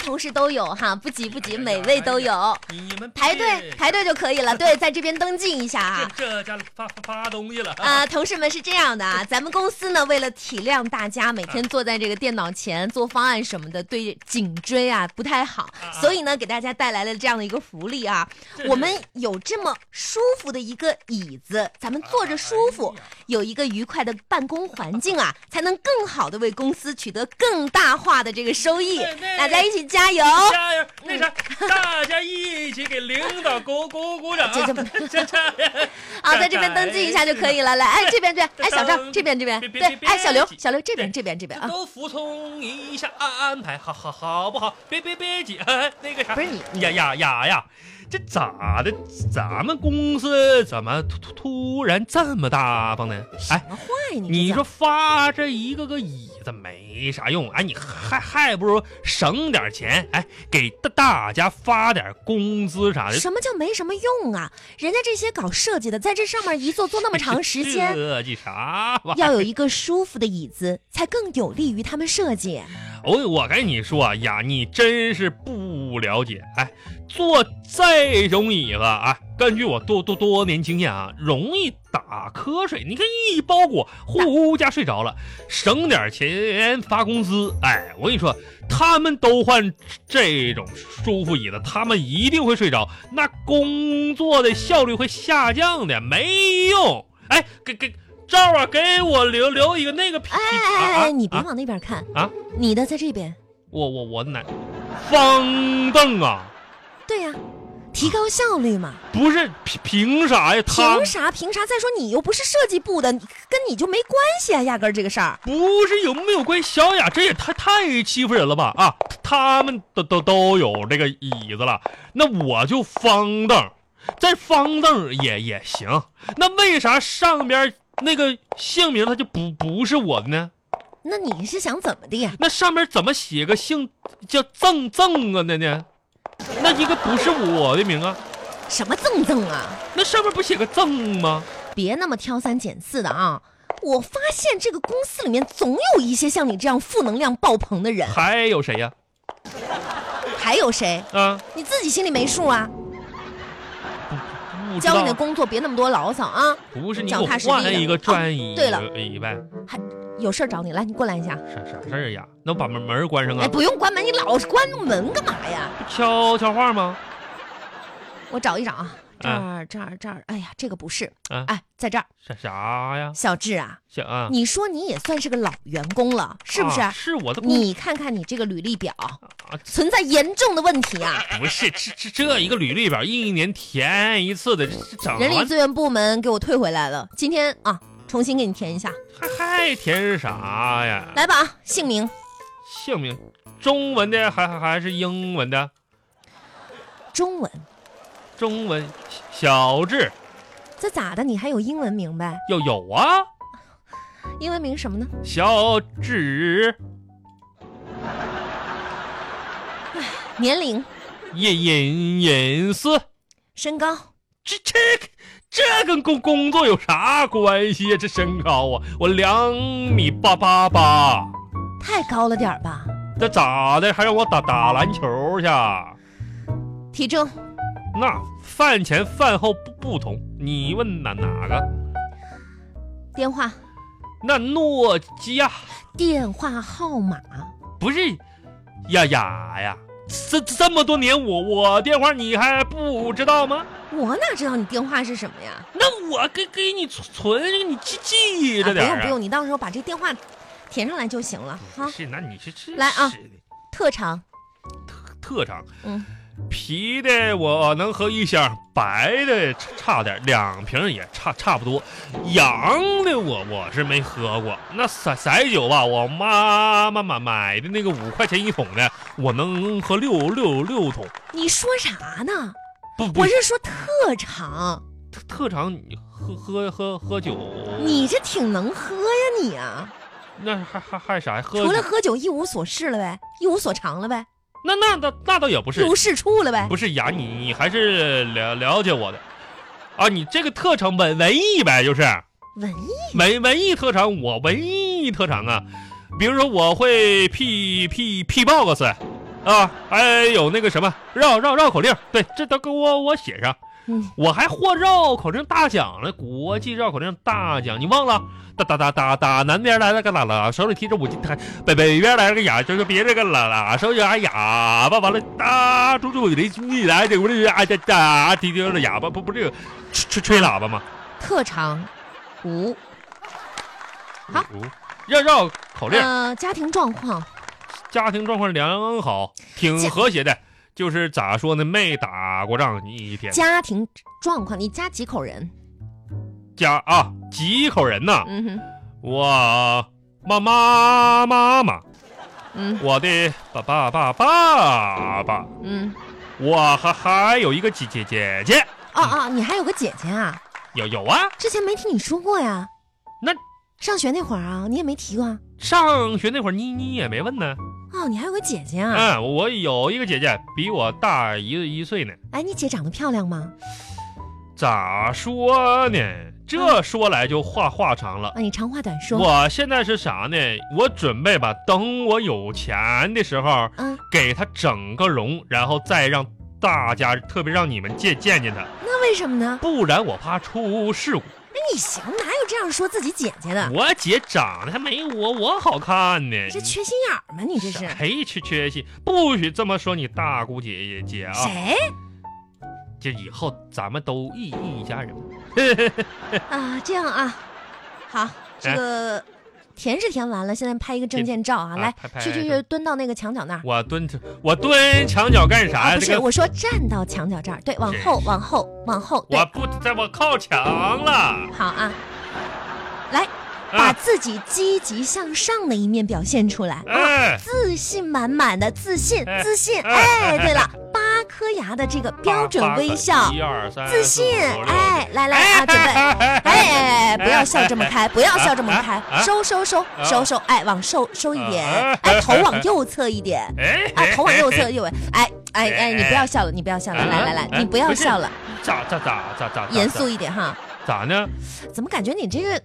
同事都有哈，不急不哎急，每位都有，你你们排队排队就可以了。对，在这边登记一下啊。这这家发发发东西了啊、同事们是这样的啊，咱们公司呢，为了体谅大家每啊天坐在这个电脑前做方案什么的，对颈椎啊不太好啊，啊所以呢，给大家带来了这样的一个福利啊这，是我们有这么舒服的一个椅子，咱们坐着舒服哎呀，有一个愉快的办公环境啊，才能更好的为公司取得更大化的这个收益对对。大家一起嗯加油！哎加油！那啥，大家一起给领导鼓鼓鼓掌这啊！这 这这，啊，在这边登记一下就可以了。来，哎，这边这边，哎，小赵登这边这边，别别对，别哎，小刘急小刘这边对这边这边啊。都服从一下安安排，好好好不好？别别别急，哎那个啥，不是你呀呀呀呀，这咋的？咱们公司怎么突突突然这么大方呢？哎什。么话呀？你你这叫说发这一个个椅子没啥用，哎，你还还不如省点钱，哎，给大大家发点工资啥的。什么叫没什么用啊？人家这些搞设计的，在这上面一坐坐那么长时 间，设计啥玩意儿？要有一个舒服的椅子，才更有利于他们设计。哎我哦我跟你说啊呀，你真是不了解。哎，坐这种椅子啊，根据我多多多年经验啊，容易打瞌睡。你看一包裹，呼家睡着了，省点钱发工资。哎，我跟你说，他们都换这种舒服椅子，他们一定会睡着，那工作的效率会下降的，没用。哎，给给。赵啊，给我留留一个那个皮。哎啊哎啊哎，你别啊往那边看啊！你的在这边。我我我哪方凳啊？对呀、提高效率嘛。不是凭凭啥呀？啊他凭啥？凭啥？再说你又不是设计部的，你跟你就没关系啊，压根儿这个事儿。不是有没有关系？小雅这也太太欺负人了吧？啊，他们都都都有这个椅子了，那我就方凳，这方凳也也行。那为啥上边那个姓名它就不不是我的呢？那你是想怎么的呀？那上面怎么写个姓叫赠赠啊那呢？那应该不是我的名啊，什么赠赠啊？那上面不写个赠吗？别那么挑三拣四的啊！我发现这个公司里面总有一些像你这样负能量爆棚的人，还有谁呀、还有谁？啊，你自己心里没数啊！不知交给你的道。工作别那么多牢骚啊！不是你给脚我踏实换地的一个啊专一、对了一呗，有事儿找你，来，你过来一下。啥啥事儿呀？能把门门儿关上哎，啊？不用关门，你老是关门干嘛呀？悄悄话吗？我找一找啊，这啊儿这儿这儿，哎呀，这个不是，啊哎，在这儿。啥啥呀？小智啊，小啊，你说你也算是个老员工了，是不是？啊是我的工你看看你这个履历表，啊存在严重的问题啊！不是这这这一个履历表一年填一次的，这这怎人力么资源部门给我退回来了，今天啊，重新给你填一下，还还填啥呀？来吧啊，姓名，姓名，中文的还还还是英文的？中文，中文小智这咋的？你还有英文名呗？要有啊，英文名什么呢？小智年龄、隐隐隐私。身高，这这这跟工工作有啥关系呀、这身高啊，我两米八八八，太高了点儿吧？这咋的还让我打打篮球去？体重，那饭前饭后不不同，你问哪哪个？电话，那诺基亚电话号码，不是呀呀呀，这这么多年我我电话你还不知道吗？我哪知道你电话是什么呀？那我给给你存，你记记啊着不点儿用啊嗯不用，你到时候把这电话填上来就行了哈。是，那你是真来啊是的特长，特长，嗯，啤的我能喝一箱，白的差差点，两瓶也差差不多，洋的我我是没喝过，那色色酒吧，我妈妈买买的那个五块钱一桶的，我能喝六六六桶，你说啥呢？不不我是说特长，特特长，你喝喝喝喝酒，你这挺能喝呀你啊！那还还还啥呀？喝除了喝酒一无所事了呗，一无所长了呗，那那倒那倒也不一是，无是处了呗。不是呀，你你还是了了解我的，啊，你这个特长文文艺呗，就是。文艺文文艺特长，我文艺特长啊，比如说我会 P P P box，啊，还有那个什么绕绕绕口令，对，这都给我我写上。嗯我还获绕口令大奖了，国际绕口令大奖，你忘了？哒哒哒哒哒，南边来了个喇喇，手里提着五斤糖；北北边来了个哑，就是别这个喇喇，手里还哑巴。完了，哒，猪猪你你来这屋里啊哒哒，提提了哑巴，不不，这个吹吹吹喇叭嘛。特长无，好嗯，绕绕口令，呃，家庭状况家庭状况良好，挺家和谐的。就是咋说呢，没打过仗一天。家庭状况，你家几口人？家啊，几口人呐？嗯哼，我妈妈妈妈，嗯我的爸爸爸爸爸，嗯，我还还有一个姐姐姐姐，哦哦，你还有个姐姐啊？有有啊，之前没听你说过呀？那上学那会儿啊，你也没提过啊？上学那会儿你你也没问呢，哦，你还有个姐姐啊？嗯，我有一个姐姐比我大一一岁呢，哎，你姐长得漂亮吗？咋说呢？这说来就话话长了。啊，你长话短说。我现在是啥呢？我准备吧，等我有钱的时候，嗯，给她整个容，然后再让大家，特别让你们见见见她。那为什么呢？不然我怕出事故。哎，你行，哪有这样说自己姐姐的？我姐长得还没我我好看呢，嗯你这缺心眼儿吗？你这是谁去缺心？不许这么说你大姑姐姐姐啊！谁这以后咱们都一一家人。啊？这样啊，好，哎这个填是填完了，现在拍一个证件照啊，啊来拍，拍去去照去，蹲到那个墙角那儿。我蹲着，我蹲墙角干啥啊，呀、不这是，个我说站到墙角这儿，对，往是后，往后，往后，对我，不在我靠墙了。好啊，来，把啊，自己积极向上的一面表现出来啊，哎，自信满满的自信，哎自信，哎哎，对了，八颗牙的这个标准微笑，一二三，自信，四五六哎，来来啊，准备，哎哎，不要笑这么开，不要笑这么开啊啊，啊收收收啊收收，哎，往收收一点啊，哎，头往右侧一点，哎啊，头往右侧一点，哎哎哎，你不要笑了，你不要笑了，啊来来来，哎你不要不是笑了，咋咋咋咋咋咋严肃一点哈，咋呢？怎么感觉你这个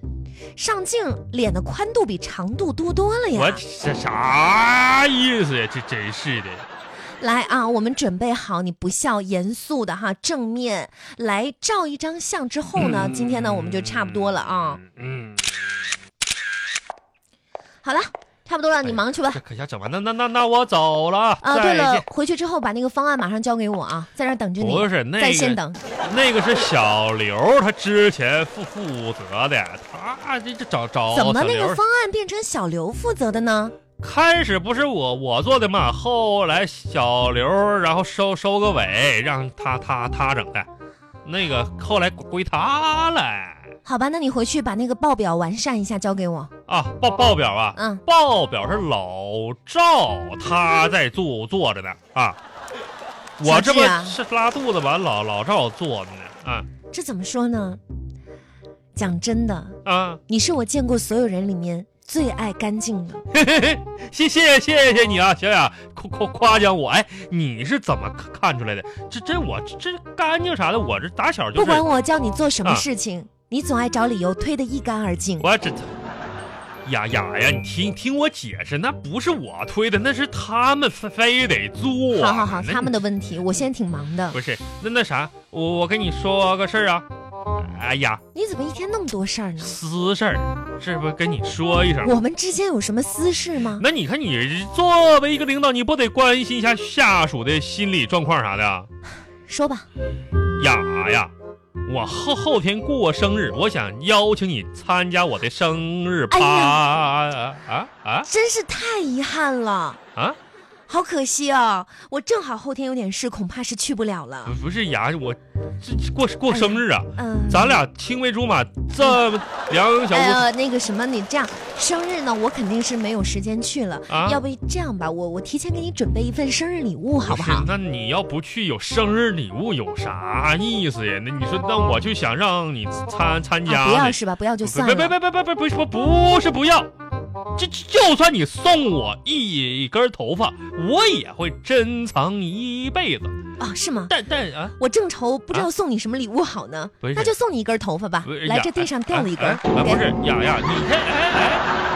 上镜脸的宽度比长度多多了我呀？这啥意思呀？这真是的。来啊，我们准备好，你不笑，严肃的哈，正面来照一张相之后呢，今天呢我们就差不多了啊，嗯，嗯，好了，差不多了，你忙去吧。这可下整完，那那那那我走了啊，对再了见，回去之后把那个方案马上交给我啊，在这儿等着你，不是那在线个，等。那个是小刘，他之前负负责的，他这这找找怎么哦小那刘个方案变成小刘负责的呢？开始不是我我做的嘛，后来小刘然后收收个尾，让他他他整的，那个后来归他了好吧，那你回去把那个报表完善一下交给我。啊，报报表啊，嗯，报表是老赵他在做坐着呢啊，我这不小志啊是拉肚子吧？老老赵做的呢啊这怎么说呢？讲真的，啊，你是我见过所有人里面最爱干净的。嘿嘿嘿，谢谢谢谢你啊，小雅夸夸夸奖我，哎，你是怎么看看出来的？这这我这干净啥的，我这打小就不是管我叫你做什么啊事情，你总爱找理由推得一干二净。我这。雅雅呀，你听听我解释，那不是我推的，那是他们非非得做。好好好，那他们的问题，我现在挺忙的。不是那那啥，我我跟你说个事儿啊，哎呀，你怎么一天那么多事儿呢？私事儿，是不是跟你说一声？我们之间有什么私事吗？那你看你作为一个领导，你不得关心一下下属的心理状况啥的啊？说吧。雅呀，我后后天过生日，我想邀请你参加我的生日哎趴啊啊啊！真是太遗憾了啊！好可惜哦，我正好后天有点事，恐怕是去不了了不。不是雅，我这这过过生日啊，嗯，咱俩青梅竹马这么两小哎无呀，那个什么，你这样生日呢，我肯定是没有时间去了。啊要不这样吧，我我提前给你准备一份生日礼物，好不是好？，那你要不去有生日礼物有啥意思呀？那你说，那我就想让你参参加、啊，不要是吧？不要就算了。别别别别别别不是不是不要，就就算你送我一根头发，我也会珍藏一辈子。哦，是吗？但但啊，我正愁不知道送你什么礼物好呢，不是那就送你一根头发吧不是。来，呀这地上掉了一根哎哎哎，给不是雅雅，你这哎哎，